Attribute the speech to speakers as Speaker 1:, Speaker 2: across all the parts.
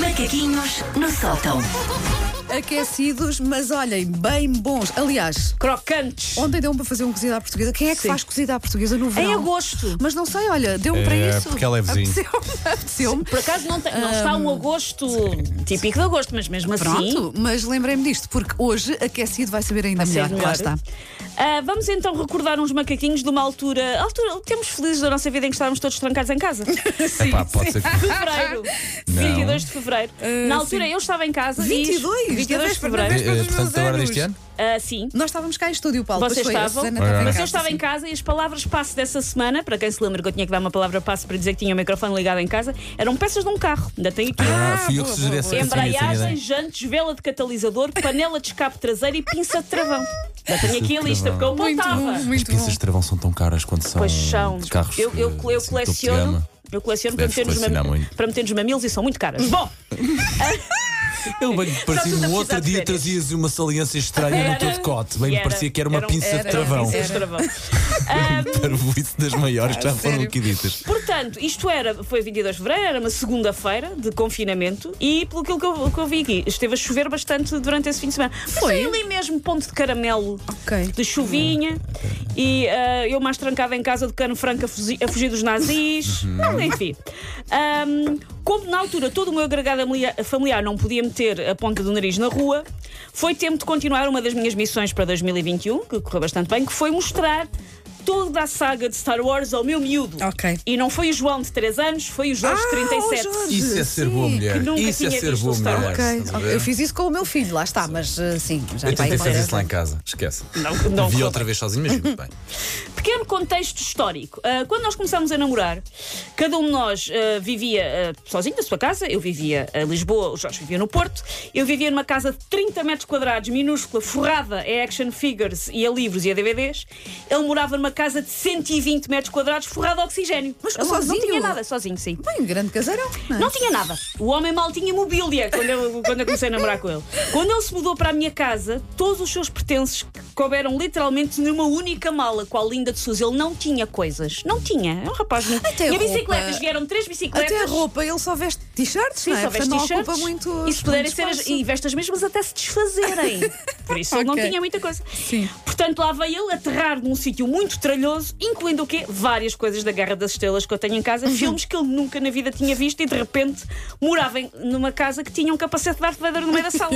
Speaker 1: Macaquinhos no sótão.
Speaker 2: Aquecidos, mas olhem, bem bons. Aliás,
Speaker 3: Crocantes.
Speaker 2: ontem deu-me para fazer um cozido à portuguesa. Quem é que
Speaker 3: Sim.
Speaker 2: faz cozido à portuguesa no verão?
Speaker 3: Em agosto.
Speaker 2: Mas não sei, olha, deu-me para
Speaker 4: É,
Speaker 2: isso.
Speaker 4: porque ela é vizinho.
Speaker 2: Apeteceu-me, apeteceu-me.
Speaker 3: Por acaso não, tem- não está um agosto típico de agosto, mas mesmo assim.
Speaker 2: Pronto, mas lembrei-me disto, porque hoje aquecido vai saber ainda
Speaker 3: vai ser
Speaker 2: melhor.
Speaker 3: melhor.
Speaker 2: Lá está.
Speaker 3: Ah, vamos então recordar uns macaquinhos de uma altura. altura temos felizes da nossa vida em que estávamos todos trancados em casa.
Speaker 4: Epá, pode ser que-
Speaker 3: fevereiro.
Speaker 4: Não.
Speaker 3: 22 de fevereiro. Na altura eu estava em casa. e isto-
Speaker 2: 22?
Speaker 3: 22 de
Speaker 2: Talvez para
Speaker 3: fevereiro.
Speaker 2: nós.
Speaker 4: Eh,
Speaker 2: meus
Speaker 4: portanto, agora
Speaker 2: anos.
Speaker 4: deste ano?
Speaker 3: Ah, sim.
Speaker 2: Nós estávamos cá em estúdio, Paulo.
Speaker 3: Vocês
Speaker 2: pois foi, a
Speaker 3: estavam?
Speaker 2: Susana estava em
Speaker 3: Mas
Speaker 2: casa,
Speaker 3: eu estava
Speaker 2: sim.
Speaker 3: em casa e as palavras passe dessa semana, para quem se lembra que eu tinha que dar uma palavra passe para dizer que tinha o microfone ligado em casa, eram peças de um carro. Ainda tem aqui.
Speaker 4: Ah, fui eu que
Speaker 2: boa,
Speaker 4: sugeri essa essa ideia.
Speaker 3: Embreagem, jantes, vela de catalisador, panela de escape traseiro e pinça de travão. Já tenho aqui a lista, porque eu
Speaker 2: Muito bom,
Speaker 3: apontava.
Speaker 4: As
Speaker 2: muito
Speaker 4: pinças
Speaker 2: bom.
Speaker 4: de travão são tão caras quando são
Speaker 3: Pois são.
Speaker 4: de carros.
Speaker 3: Eu, eu,
Speaker 4: que,
Speaker 3: eu
Speaker 4: assim, topo de
Speaker 3: coleciono.
Speaker 4: gama.
Speaker 3: Eu coleciono para
Speaker 4: Deves
Speaker 3: meter, nos
Speaker 4: colecionar
Speaker 3: mamil-
Speaker 4: muito.
Speaker 3: para meter nos mamilos e são muito caras. Bom, Só tudo
Speaker 4: Ele bem me parecia
Speaker 3: a
Speaker 4: no
Speaker 3: precisar
Speaker 4: outro
Speaker 3: de
Speaker 4: dia
Speaker 3: férias.
Speaker 4: trazias uma saliência estranha no
Speaker 3: Era.
Speaker 4: teu decote. Bem me
Speaker 3: Era.
Speaker 4: parecia que era uma
Speaker 3: Era um-
Speaker 4: pinça
Speaker 3: era
Speaker 4: de travão.
Speaker 3: pinça de travão.
Speaker 4: Parvoíce das maiores que já foram
Speaker 2: sério?
Speaker 4: aqui ditas.
Speaker 3: Portanto, isto era, foi 22 de fevereiro, era uma segunda-feira de confinamento e, pelo que eu, que eu vi aqui, esteve a chover bastante durante esse fim de semana. Mas
Speaker 2: Foi?
Speaker 3: foi ali mesmo ponto de caramelo,
Speaker 2: Ok.
Speaker 3: de chuvinha e ah, eu mais trancada em casa de cano franco a, fuzi- a fugir dos nazis.
Speaker 2: Uhum.
Speaker 3: Não, enfim. Ahm, como na altura todo o meu agregado familia- familiar não podia meter a ponta do nariz na rua, foi tempo de continuar uma das minhas missões para 2021, que correu bastante bem, que foi mostrar. Toda a saga de Star Wars ao meu miúdo.
Speaker 2: Ok.
Speaker 3: E não foi o João de 3 anos, foi o Jorge de
Speaker 2: Ah,
Speaker 3: 37.
Speaker 2: o Jorge.
Speaker 4: Isso é ser boa
Speaker 2: Sim,
Speaker 4: mulher.
Speaker 3: que nunca
Speaker 4: Isso é
Speaker 3: tinha
Speaker 4: ser
Speaker 3: visto
Speaker 4: boa
Speaker 3: o Star
Speaker 4: mulher.
Speaker 3: Wars.
Speaker 2: Ok,
Speaker 4: Estás a
Speaker 2: ok.
Speaker 4: ver?
Speaker 2: eu fiz isso com o meu filho, lá está, mas eh, sim, já
Speaker 4: Eu
Speaker 2: vai
Speaker 4: tentei Então fazer
Speaker 2: embora.
Speaker 4: isso lá em casa. Esquece.
Speaker 3: Não, não
Speaker 4: Vi
Speaker 3: correu
Speaker 4: outra vez sozinho, mas muito bem.
Speaker 3: Pequeno contexto histórico. Ah, quando nós começámos a namorar, cada um de nós ah, vivia ah, sozinho na sua casa. Eu vivia em Lisboa, o Jorge vivia no Porto. Eu vivia numa casa de 30 metros quadrados, minúscula, forrada a action figures e a livros e é a DVDs. Ele morava numa casa de 120 metros quadrados, forrada a oxigênio.
Speaker 2: Mas
Speaker 3: Ele não-
Speaker 2: sozinho?
Speaker 3: Não tinha nada, sozinho, sim.
Speaker 2: Bem, grande caseirão. é?
Speaker 3: Não tinha nada. O homem mal tinha mobília quando eu, quando eu comecei a namorar com ele. Quando ele se mudou para a minha casa, todos os seus pertences que couberam literalmente numa única mala com a linda de Sousa. Ele não tinha coisas. Não tinha. É um rapaz muito.
Speaker 2: Até a
Speaker 3: e a
Speaker 2: roupa.
Speaker 3: bicicletas. Vieram três bicicletas.
Speaker 2: Até a roupa, ele só veste t-shirts,
Speaker 3: Sim,
Speaker 2: não é?
Speaker 3: só veste
Speaker 2: Portanto, não
Speaker 3: t-shirts.
Speaker 2: ocupa muito.
Speaker 3: E se puderem
Speaker 2: muito
Speaker 3: ser as,
Speaker 2: espaço.
Speaker 3: e veste as mesmas até se desfazerem. Por isso ele não
Speaker 2: Ok.
Speaker 3: tinha muita coisa.
Speaker 2: Sim.
Speaker 3: Portanto, lá veio ele aterrar num sítio muito tralhoso, incluindo o quê? Várias coisas da Guerra das Estrelas que eu tenho em casa,
Speaker 2: Uhum.
Speaker 3: filmes que ele nunca na vida tinha visto e de repente morava em- numa casa que tinha um capacete de Darth Vader no meio da sala.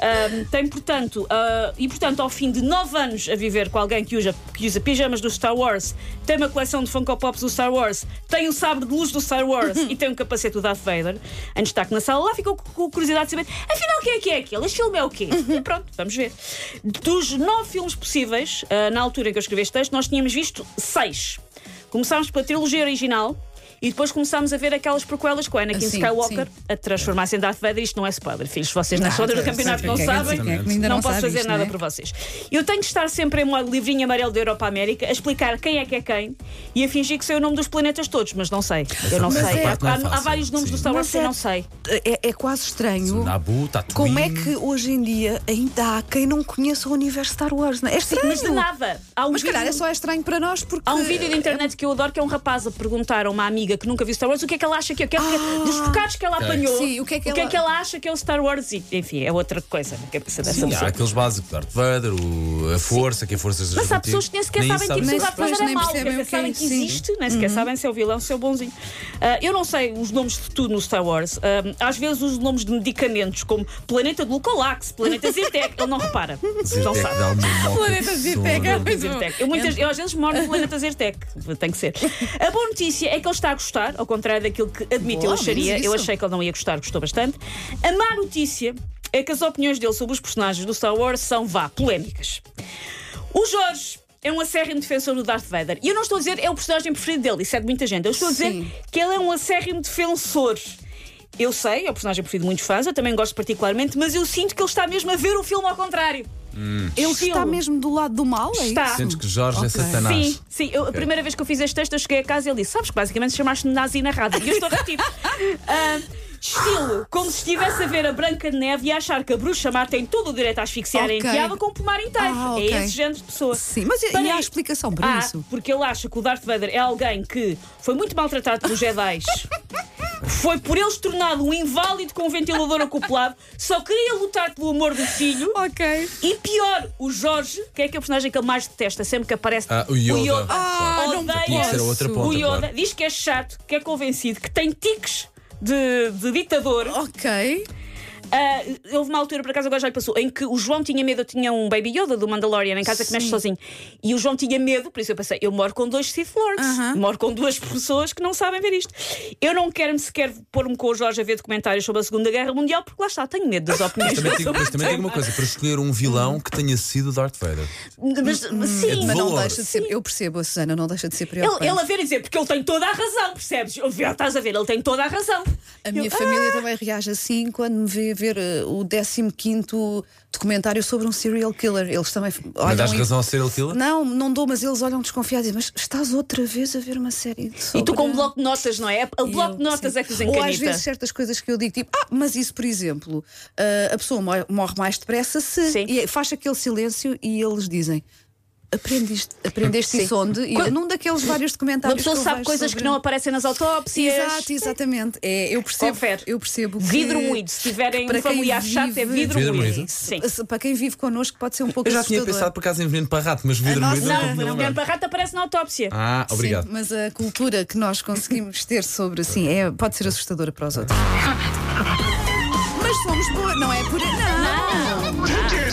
Speaker 3: Ahm, tem, portanto, ah, e portanto, ao fim de nove anos a viver com alguém que usa, que usa pijamas do Star Wars, tem uma coleção de Funko Pops do Star Wars, tem o sabre de luz do Star Wars
Speaker 2: Uhum.
Speaker 3: e tem um capacete do Darth Vader, em destaque na sala, lá ficou com curiosidade de saber, afinal, quem é que é aquele? Este filme é o quê?
Speaker 2: Uhum.
Speaker 3: E pronto, vamos ver. Dos nove filmes possíveis, ah, na altura em que eu escrevi este texto, nós tínhamos visto seis. Começámos pela trilogia original e depois começámos a ver aquelas prequelas com Anakin
Speaker 2: Ah, sim,
Speaker 3: Skywalker
Speaker 2: sim.
Speaker 3: a transformar-se em Darth Vader. Isto não é spoiler, filhos. Vocês na
Speaker 2: Não,
Speaker 3: altura do
Speaker 2: sim,
Speaker 3: campeonato
Speaker 2: sim,
Speaker 3: não
Speaker 2: quem é que-
Speaker 3: sabem
Speaker 2: quem é que ainda
Speaker 3: não,
Speaker 2: não
Speaker 3: posso
Speaker 2: sabe
Speaker 3: fazer
Speaker 2: isto,
Speaker 3: nada
Speaker 2: não é?
Speaker 3: por vocês. Eu tenho de estar sempre em modo livrinho amarelo da Europa à América a explicar quem é que é quem e a fingir que sei o nome dos planetas todos, mas não sei. Eu não
Speaker 4: Mas
Speaker 3: sei.
Speaker 2: é-
Speaker 3: Há,
Speaker 4: Parte não é
Speaker 3: há
Speaker 4: fácil,
Speaker 3: vários nomes
Speaker 4: sim.
Speaker 3: do Star Wars
Speaker 2: Mas
Speaker 3: que eu
Speaker 2: é-
Speaker 3: não sei.
Speaker 2: É, é quase estranho.
Speaker 4: Nabu, Tatooine.
Speaker 2: Como é que hoje em dia ainda há quem não conheça o universo Star Wars? Não? é? É estranho.
Speaker 3: Tipo, Mas de nada. Há um
Speaker 2: Mas se calhar
Speaker 3: vídeo-
Speaker 2: é só estranho para nós porque.
Speaker 3: Há um vídeo da internet que eu adoro que é um rapaz a perguntar a uma amiga que nunca viu Star Wars o que é que ela acha que é, o que é que- dos bocados que ela apanhou,
Speaker 2: Ah, Sim, o que é que ela-
Speaker 3: acha que é o Star Wars e, enfim, é outra coisa na cabeça dessa
Speaker 4: Sim, há
Speaker 3: pessoa.
Speaker 4: aqueles básicos, Darth Vader, o- a força, que é forças
Speaker 3: Mas há pessoas que nem sequer sabem que
Speaker 2: sabem.
Speaker 3: tipo, Darth
Speaker 2: Pois,
Speaker 3: Vader é
Speaker 2: nem
Speaker 3: mau, quer
Speaker 2: percebem
Speaker 3: dizer,
Speaker 2: o que é
Speaker 3: sabem que
Speaker 2: isso, sim.
Speaker 3: existe, nem sequer sabem se é o vilão, se é o bonzinho. Ah, eu não sei os nomes de tudo no Star Wars. Ah, às vezes os nomes de medicamentos, como planeta do Lucalax, planeta Zyrtec, ele não repara. Não sabe.
Speaker 4: dá uma moca
Speaker 2: Planeta
Speaker 4: de
Speaker 2: Zyrtec,
Speaker 4: sono.
Speaker 2: é muito
Speaker 3: Zyrtec. Eu, muitas, eu às vezes moro no planeta Zyrtec. Tem que ser. A boa notícia é que ele está a gostar, ao contrário daquilo que admito
Speaker 2: Boa,
Speaker 3: eu acharia.
Speaker 2: menos
Speaker 3: Eu
Speaker 2: isso.
Speaker 3: achei que ele não ia gostar, gostou bastante. A má notícia é que as opiniões dele sobre os personagens do Star Wars são, vá, polémicas. O Jorge é um acérrimo defensor do Darth Vader. E eu não estou a dizer é o personagem preferido dele, isso é de muita gente. Eu estou a dizer
Speaker 2: Sim.
Speaker 3: que ele é um acérrimo defensor. Eu sei, é o personagem preferido de muitos fãs, eu também gosto particularmente, mas eu sinto que ele está mesmo a ver o filme ao contrário. Ele
Speaker 2: Está mesmo do lado do mal? É
Speaker 3: Está.
Speaker 2: isso?
Speaker 4: Sentes que Jorge é
Speaker 2: Ok.
Speaker 4: satanás.
Speaker 3: Sim, sim. Eu, a primeira vez que eu fiz este texto, eu cheguei a casa e ele disse: Sabes que basicamente chamaste-me nazi na rádio. E eu estou repetido. Ah, estilo, como se estivesse a ver a Branca de Neve e a achar que a bruxa má tem todo o direito a asfixiar
Speaker 2: Ok.
Speaker 3: a enteada com o pomar inteiro.
Speaker 2: Ah,
Speaker 3: É
Speaker 2: ok.
Speaker 3: esse género de pessoa. Ah,
Speaker 2: Sim, mas e-
Speaker 3: Para
Speaker 2: e há
Speaker 3: aí-
Speaker 2: explicação para
Speaker 3: Há,
Speaker 2: isso?
Speaker 3: Porque ele acha que o Darth Vader é alguém que foi muito maltratado pelos Jedi. Foi por eles tornado um inválido com um ventilador acoplado, só queria lutar pelo amor do filho.
Speaker 2: Ok.
Speaker 3: E pior, o Jorge, que é que é o personagem que ele mais detesta, sempre que aparece
Speaker 4: Ah, o Yoda.
Speaker 2: Ah, não
Speaker 3: Odeia
Speaker 4: Tinha que ser a outra ponta,
Speaker 3: o Yoda
Speaker 4: claro.
Speaker 3: diz que é chato, que é convencido, que tem tiques de, de ditador.
Speaker 2: Oh. Ok.
Speaker 3: Ah, houve uma altura, por acaso agora já lhe passou, em que o João tinha medo, eu tinha um Baby Yoda do Mandalorian em casa que mexe sozinho. E o João tinha medo, por isso eu pensei, eu moro com dois Sith Lords,
Speaker 2: Aham.
Speaker 3: moro com duas pessoas que não sabem ver isto. Eu não quero-me sequer pôr-me com o Jorge a ver documentários sobre a Segunda Guerra Mundial, porque lá está, tenho medo das opiniões.
Speaker 4: Também digo, mas também digo uma coisa: para escolher um vilão que tenha sido Darth Vader.
Speaker 3: Mas, mas
Speaker 2: Mas não
Speaker 3: sim,
Speaker 4: hum, é Valor.
Speaker 2: deixa de ser. Eu percebo, a Susana não deixa de ser preocupante.
Speaker 3: Ele, ele a ver e dizer, porque ele tem toda a razão, percebes? Eu, estás a ver, ele tem toda a razão.
Speaker 2: A Ah! minha
Speaker 3: Eu, ah.
Speaker 2: família também reage assim quando me vê ver eh, o 15 documentário sobre um serial killer. Eles também f- olham.
Speaker 4: Mas dás
Speaker 2: e-
Speaker 4: razão ao serial killer?
Speaker 2: um Não, não dou, mas eles olham desconfiados e dizem: Mas estás outra vez a ver uma série de
Speaker 3: E
Speaker 2: sobre-
Speaker 3: tu com um bloco de notas, não é? O bloco
Speaker 2: Eu,
Speaker 3: de notas
Speaker 2: sim.
Speaker 3: é que os
Speaker 2: Ou
Speaker 3: encanita.
Speaker 2: às vezes certas coisas que eu digo, tipo, ah, mas isso, por exemplo, ah, a pessoa mo- morre mais depressa se.
Speaker 3: Sim.
Speaker 2: E faz aquele silêncio e eles dizem. Aprendiste, aprendeste isso onde? E
Speaker 3: Quan-
Speaker 2: num daqueles vários
Speaker 3: Uma
Speaker 2: documentários.
Speaker 3: pessoa
Speaker 2: que eu
Speaker 3: sabe
Speaker 2: vejo
Speaker 3: coisas
Speaker 2: sobre-
Speaker 3: que não aparecem nas autópsias.
Speaker 2: Exato, exatamente. É, eu percebo.
Speaker 3: Confere.
Speaker 2: Eu percebo. que-
Speaker 3: Vidro moído. Se tiverem
Speaker 2: para
Speaker 3: um
Speaker 2: quem
Speaker 3: familiar chato, é
Speaker 2: vive-
Speaker 3: vidro
Speaker 4: Vidro
Speaker 3: moído.
Speaker 4: moído.
Speaker 3: Sim.
Speaker 2: Se- Para quem vive connosco pode ser um pouco
Speaker 4: Eu já tinha
Speaker 2: assustador.
Speaker 4: pensado por acaso em veneno para rato, mas vidro
Speaker 2: nossa,
Speaker 4: moído
Speaker 2: não,
Speaker 4: não me
Speaker 3: Não, é um
Speaker 4: lembro.
Speaker 3: não, o rato aparece na autópsia.
Speaker 4: Ah,
Speaker 2: Sim,
Speaker 4: obrigado.
Speaker 2: mas a cultura que nós conseguimos ter sobre assim é, pode ser assustadora para os outros. Mas somos boas, não é por não.
Speaker 1: Take your